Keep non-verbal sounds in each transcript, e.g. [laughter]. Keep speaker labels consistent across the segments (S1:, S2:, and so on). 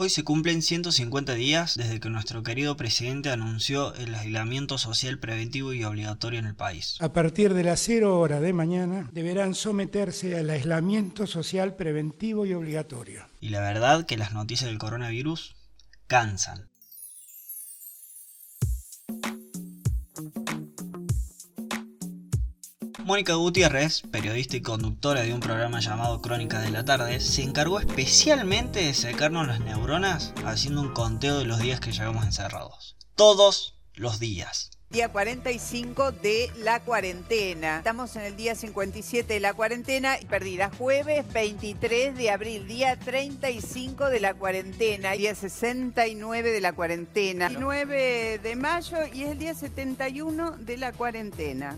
S1: Hoy se cumplen 150 días desde que nuestro querido presidente anunció el aislamiento social preventivo y obligatorio en el país.
S2: A partir de las 0 horas de mañana deberán someterse al aislamiento social preventivo y obligatorio.
S1: Y la verdad que las noticias del coronavirus cansan. Mónica Gutiérrez, periodista y conductora de un programa llamado Crónicas de la Tarde, se encargó especialmente de secarnos las neuronas haciendo un conteo de los días que llevamos encerrados. Todos los días.
S3: Día 45 de la cuarentena. Estamos en el día 57 de la cuarentena y perdida. Jueves 23 de abril, día 35 de la cuarentena, día 69 de la cuarentena, 9 de mayo y es el día 71 de la cuarentena.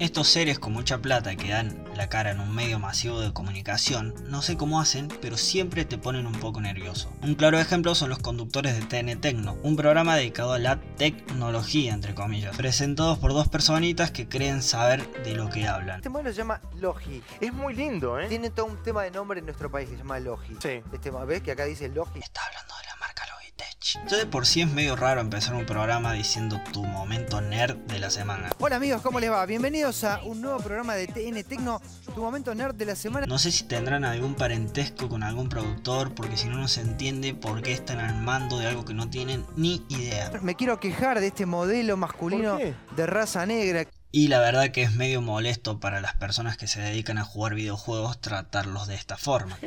S1: Estos seres con mucha plata que dan la cara en un medio masivo de comunicación, no sé cómo hacen, pero siempre te ponen un poco nervioso. Un claro ejemplo son los conductores de TN Tecno, un programa dedicado a la tecnología, entre comillas, presentados por dos personitas que creen saber de lo que hablan.
S4: Este modelo se llama Logi.
S5: Es muy lindo, ¿eh?
S4: Tiene todo un tema de nombre en nuestro país que se llama Logi.
S5: Sí.
S4: Este, ¿Ves que acá dice Logi?
S1: Está hablando de la marca Logitech. Ya de por sí es medio raro empezar un programa diciendo tu momento nerd de la semana.
S4: Hola amigos, ¿cómo les va? Bienvenidos a un nuevo programa de TN Tecno, tu momento nerd de la semana.
S1: No sé si tendrán algún parentesco con algún productor, porque si no, no se entiende por qué están al mando de algo que no tienen ni idea.
S4: Me quiero quejar de este modelo masculino
S5: ¿Por qué?
S4: de raza negra.
S1: Y la verdad que es medio molesto para las personas que se dedican a jugar videojuegos tratarlos de esta forma.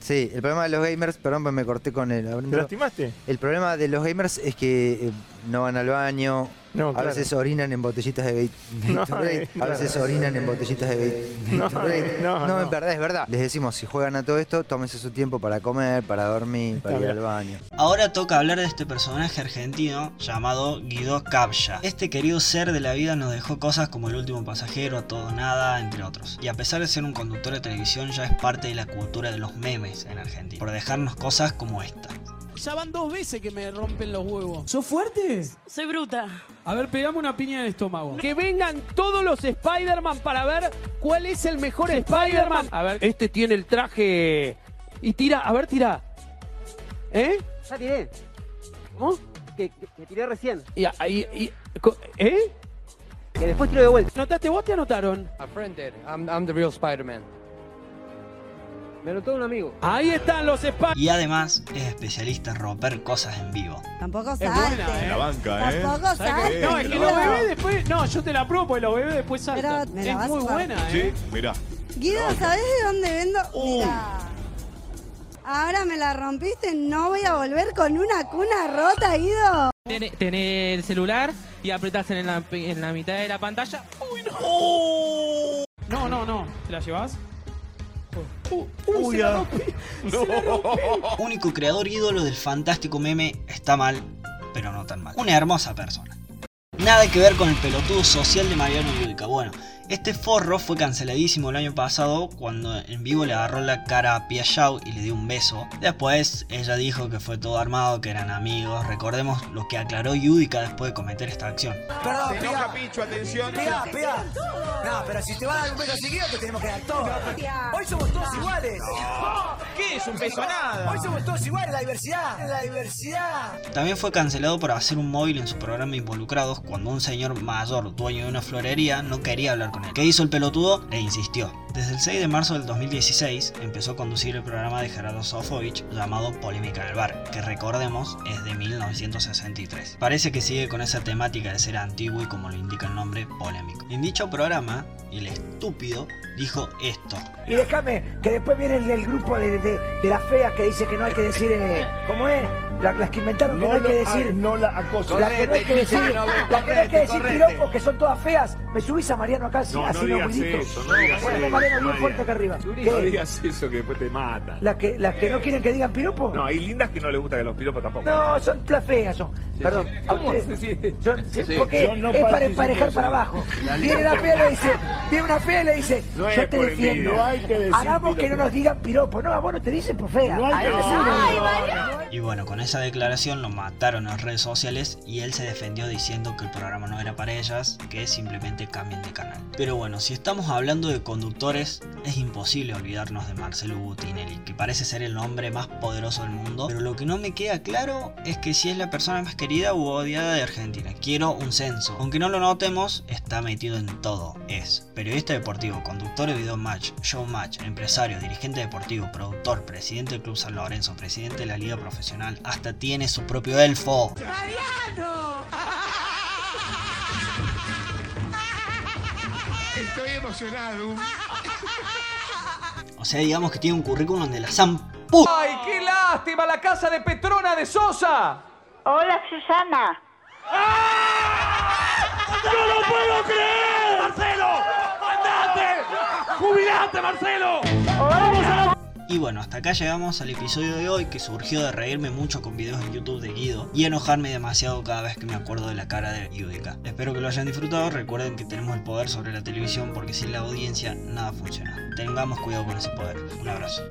S4: Sí, el problema de los gamers, perdón, me corté con el
S5: ¿Te lastimaste?
S4: El problema de los gamers es que eh, no van al baño,
S5: No,
S4: a
S5: claro.
S4: veces orinan en botellitas de Gate-
S5: [laughs] No,
S4: Gatorade,
S5: eh,
S4: a veces orinan en botellitas de Gate-
S5: [laughs] No,
S4: Gatorade.
S5: eh, no, no.
S4: en verdad, es verdad. Les decimos, si juegan a todo esto, tómense su tiempo para comer, para dormir, para ir
S5: bien.
S4: al baño.
S1: Ahora toca hablar de este personaje argentino llamado Guido Capcha. Este querido ser de la vida nos dejó cosas como El último pasajero, A Todo o Nada, entre otros. Y a pesar de ser un conductor de televisión, ya es parte de la cultura de los memes en Argentina, por dejarnos cosas como esta.
S6: Ya van dos veces que me rompen los huevos.
S7: ¿Sos fuerte?
S8: Soy bruta.
S7: A ver, pegame una piña en el estómago.
S6: Que vengan todos los Spider-Man para ver cuál es el mejor Spider-Man. A ver, este tiene el traje. Y tira, a ver, tira. ¿Eh?
S9: Ya tiré,
S6: ¿Cómo?
S9: que, que- que tiré recién,
S6: Y, ahí- y- co- ¿Eh?
S9: que después tiro de vuelta.
S6: ¿Notaste vos? ¿Te anotaron?
S9: A friend did. I'm, I'm the real Spider-Man. Me lo todo un amigo.
S6: Ahí están los Spider-Man.
S1: Y además es especialista en romper cosas en vivo.
S10: Tampoco
S6: Es
S10: salte.
S6: buena, ¿eh?
S11: La banca, ¿eh?
S10: Tampoco salte.
S6: No, es que los bebés después. No, yo te la probo, porque los bebés después
S10: Pero
S6: saltan.
S10: me la
S6: Es
S10: vas
S6: muy
S10: a-
S6: buena,
S11: Sí,
S6: ¿eh?
S11: mirá.
S10: Guido, ¿sabés de dónde vendo?
S6: Uh.
S11: Uy.
S10: Mirá. Ahora me la rompiste, no voy a volver con una cuna rota, Guido.
S7: Tener el celular y apretás en la, en la mitad de la pantalla. ¡Uy, no! No, no, no. ¿Te la llevas?
S6: Uy,
S11: ah.
S6: se la rompí.
S1: Único creador ídolo del fantástico meme está mal, pero no tan mal. Una hermosa persona. Nada que ver con el pelotudo social de Mariano Yudica. Bueno, este forro fue canceladísimo el año pasado cuando en vivo le agarró la cara a Pia Shaw y le dio un beso. Después ella dijo que fue todo armado, que eran amigos. Recordemos lo que aclaró Yudica después de cometer esta acción.
S4: Perdón, pega,
S11: Picho, atención.
S4: pega, pega. No, pero si te van a dar un beso seguido, te tenemos que dar todo. Hoy somos todos iguales.
S7: ¿Qué es un peso
S4: Hoy somos todos iguales, la diversidad. La diversidad.
S1: También fue cancelado por hacer un móvil en su programa Involucrados cuando un señor mayor, dueño de una florería, no quería hablar con él. ¿Qué hizo el pelotudo? Le insistió. Desde el 6 de marzo del 2016 empezó a conducir el programa de Gerardo Sofovich llamado Polémica en el Bar, que recordemos es de 1963. Parece que sigue con esa temática de ser antiguo y como lo indica el nombre, polémico. En dicho programa, el estúpido dijo esto.
S4: Y déjame, que después viene el del grupo de, de, de las feas que dice que no hay que decir. eh, ¿Cómo es? La- las que inventaron que no, hay que decir.
S11: no la acoso.
S4: Las que no hay que decir, las que no hay que decir piropos, que son todas feas. Me subís a Mariano acá así,
S11: No, no
S4: así los
S11: digas
S4: gritos.
S11: eso, no digas
S4: Poneme
S11: eso,
S4: a Mariano bien
S11: María.
S4: fuerte acá arriba.
S11: No
S4: ¿Qué?
S11: digas eso que después te mata.
S4: las, que, las que no quieren que digan piropos?
S11: No, hay lindas que no les gusta que los piropos tampoco.
S4: No, son las feas, son. Perdón, a ustedes. Son, Porque
S11: Yo no
S4: es para
S11: participo,
S4: emparejar para
S11: sí.
S4: abajo. Viene la fea y
S11: [laughs]
S4: le dice, viene una fea y le dice,
S11: No
S4: yo
S11: es
S4: te
S11: por
S4: defiendo.
S11: envidia. No hay que decir
S4: Hagamos que no
S11: piropo.
S4: nos digan piropos. No, a vos no te dicen por fea.
S11: No hay
S4: A
S11: que
S4: él
S11: decir
S4: seguro.
S11: piropo.
S1: Y Y bueno, con esa declaración lo mataron en las redes sociales y él se defendió diciendo que el programa no era para ellas, que simplemente cambien de canal. Pero bueno, si estamos hablando de conductores, es imposible olvidarnos de Marcelo Butinelli, que parece ser el hombre más poderoso del mundo, pero lo que no me queda claro es que si es la persona más querida u odiada de Argentina. Quiero un censo. Aunque no lo notemos, está metido en todo. Es periodista deportivo, conductor de video match, show match, empresario, dirigente deportivo, productor, presidente del Club San Lorenzo, presidente de la Liga Profesional, hasta tiene su propio elfo.
S8: Estoy emocionado.
S1: O sea, digamos que tiene un currículum de la Sam. ¡Pu!
S12: ¡Ay, qué lástima! La casa de Petrona de Sosa.
S13: Hola, Susana.
S12: ¡No lo puedo creer! ¡Marcelo! ¡Andate! ¡Jubilate, Marcelo!
S1: Y bueno, hasta acá llegamos al episodio de hoy que surgió de reírme mucho con videos en YouTube de Guido y enojarme demasiado cada vez que me acuerdo de la cara de Yudica. Espero que lo hayan disfrutado, recuerden que tenemos el poder sobre la televisión porque sin la audiencia nada funciona. Tengamos cuidado con ese poder. Un abrazo.